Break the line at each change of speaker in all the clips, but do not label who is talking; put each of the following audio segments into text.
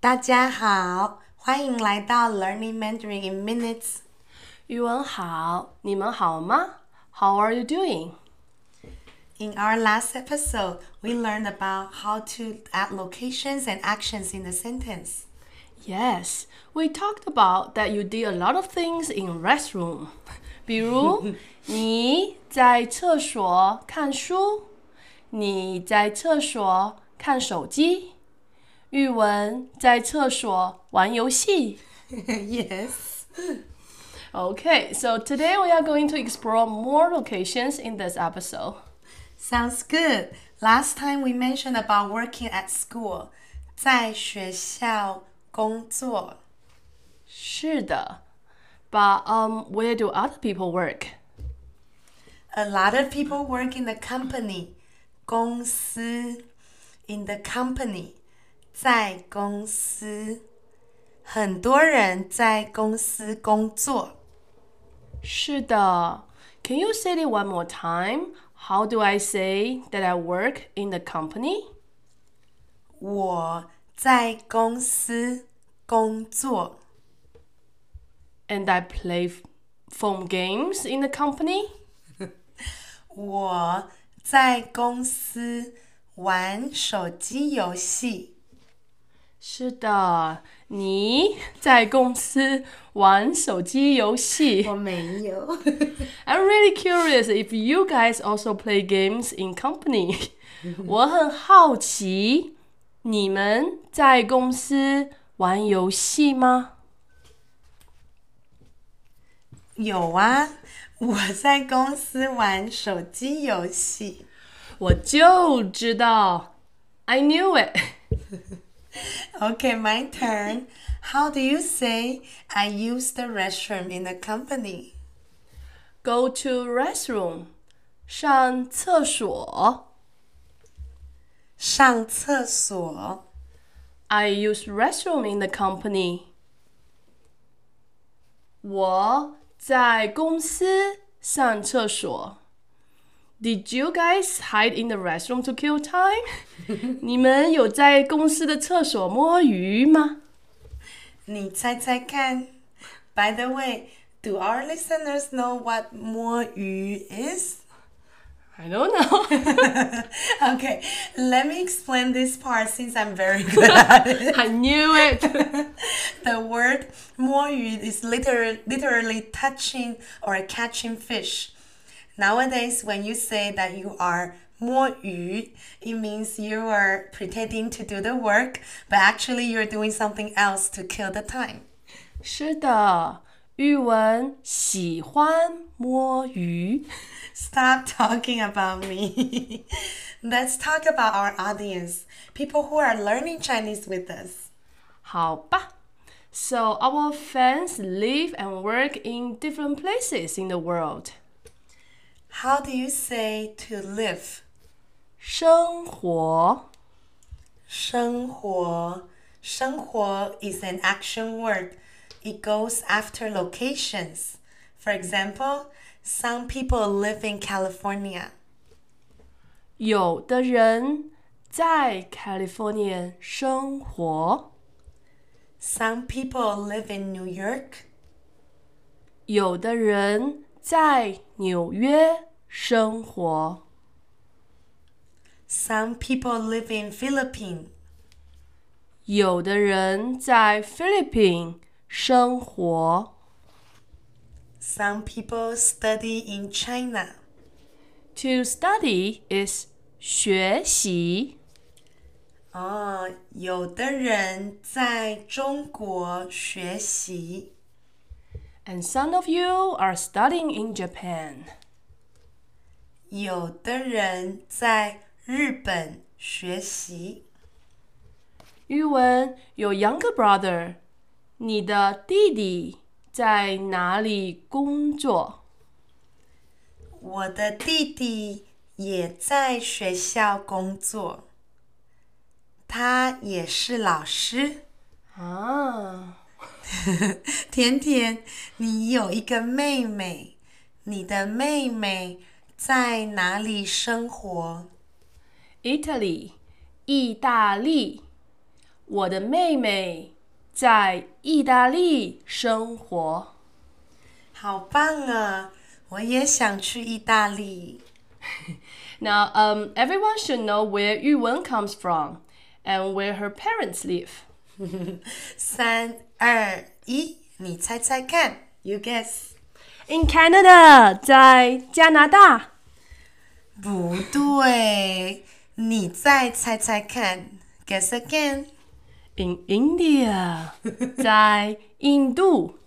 大家好，欢迎来到 Learning Mandarin in Minutes。
语文好，你们好吗？How are you doing？
In our last episode, we learned about how to add locations and actions in the sentence.
Yes, we talked about that you did a lot of things in restroom. 比如你在厕所看书，你在厕所看手机，玉文在厕所玩游戏。
yes.
Okay, so today we are going to explore more locations in this episode.
Sounds good. Last time we mentioned about working at school. 在学校工作。
是的，But um, where do other people work?
A lot of people work in the company. 公司 in the company 在公司，很多人在公司工作。
是的，Can you say it one more time? How do I say that I work in the company?
我在公司工作。
And I play f- phone games in the company?
我在公司玩手机游戏。
是的，你在公司玩手机游戏。
没有。
I'm really curious if you guys also play games in company. 我很好奇，你们在公司玩游戏吗？
有啊，我在公司玩手机游戏。
我就知道，I knew it 。
Okay, my turn. How do you say I use the restroom in the company?
Go to restroom，上厕所。
上厕所。
I use restroom in the company。我在公司上厕所。Did you guys hide in the restroom to kill time？你 们有在公司的厕所摸鱼吗？
你猜猜看。By the way, do our listeners know what 摸鱼 is?
I don't know.
Okay, let me explain this part since I'm very good at it.
I knew it.
The word 摸鱼 is literally, literally touching or catching fish. Nowadays, when you say that you are 摸鱼, it means you are pretending to do the work, but actually you're doing something else to kill the time.
是的，玉文喜欢摸鱼。
Stop talking about me. Let's talk about our audience, people who are learning Chinese with us.
好吧。So our fans live and work in different places in the world.
How do you say to live?
生活
生活生活 is an action word. It goes after locations. For example, some people live in California.
有的人在 California 生活，
Some people live in New York.
有的人在纽约生活，
Some people live in Philippines.
有的人在 Philippines 生活。
Some people study in China.
To study is 学习。
哦，Ah, 有的人在中国学习。
And some of you are studying in Japan.
有的人在日本学习。
玉文有 younger brother，你的弟弟在哪里工作？
我的弟弟也在学校工作，他也是老师。
啊，
甜甜，你有一个妹妹，你的妹妹在哪里生活？
Italy，意大利。我的妹妹在意大利生活。
好棒啊！我也想去意大利。
Now, um, everyone should know where Yu Wen comes from and where her parents live.
三二一，你猜猜看，You guess？
In Canada，在加拿大。
不对，你再猜猜看，Guess again？
In India，在印度。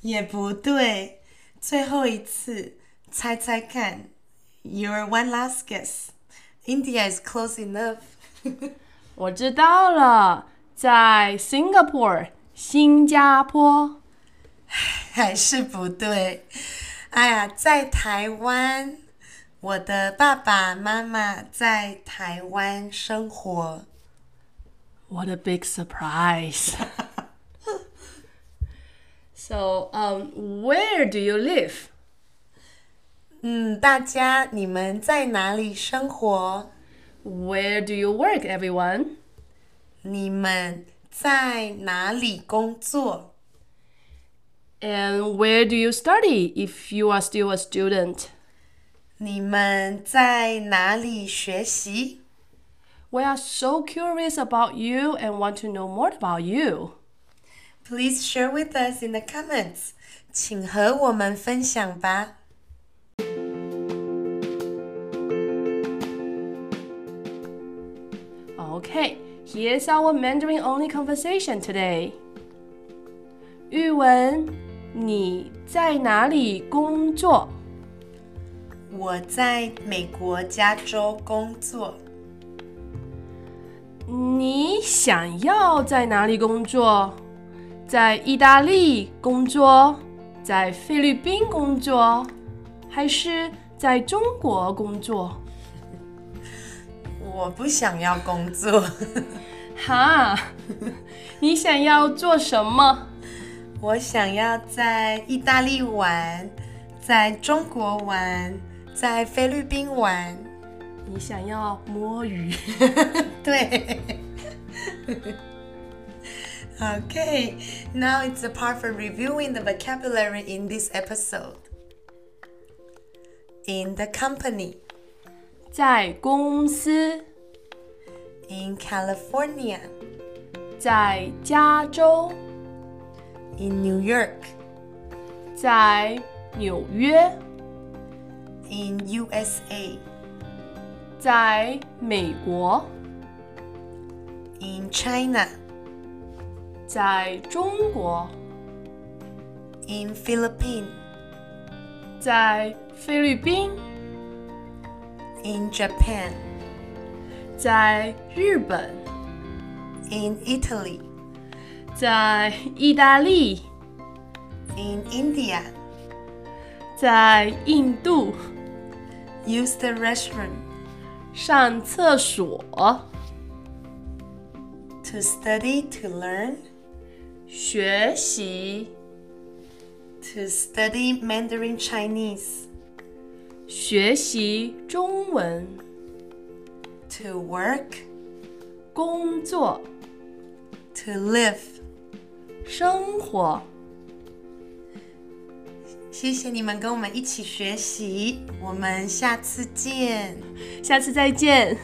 也不对，最后一次，猜猜看，Your one last guess。India is close enough。
我知道了，在 Singapore，新加坡。
还是不对。哎呀，在台湾，我的爸爸妈妈在台湾生活。
What a big surprise! so, um, where do you live?
嗯，大家你们在哪里生活？
Where do you work, everyone?
你们在哪里工作？
And where do you study if you are still a student?
你们在哪里学习？
We are so curious about you and want to know more about you.
Please share with us in the comments，请和我们分享吧。
Okay, here's our Mandarin only conversation today. 玉文，你在哪里工作？
我在美国加州工作，
你想要在哪里工作？在意大利工作，在菲律宾工作，还是在中国工作？
我不想要工作，
哈， 你想要做什么？
我想要在意大利玩，在中国玩，在菲律宾玩。
你想要摸鱼？
对。okay, now it's the part for reviewing the vocabulary in this episode. In the company,
在公司，
in California,
在加州，
in New York,
在纽约，
in USA,
在美国，
in China,
在中国，
in Philippines,
在菲律宾，
in Japan,
在日本，
in Italy,
在意大利，
in India.
在印度
Use the restroom.
上厕所，
to study, to learn,
学习
to study Mandarin Chinese,
学习中文，
to work,
工作
to live.
生活。
谢谢你们跟我们一起学习，我们下次见。
下次再见。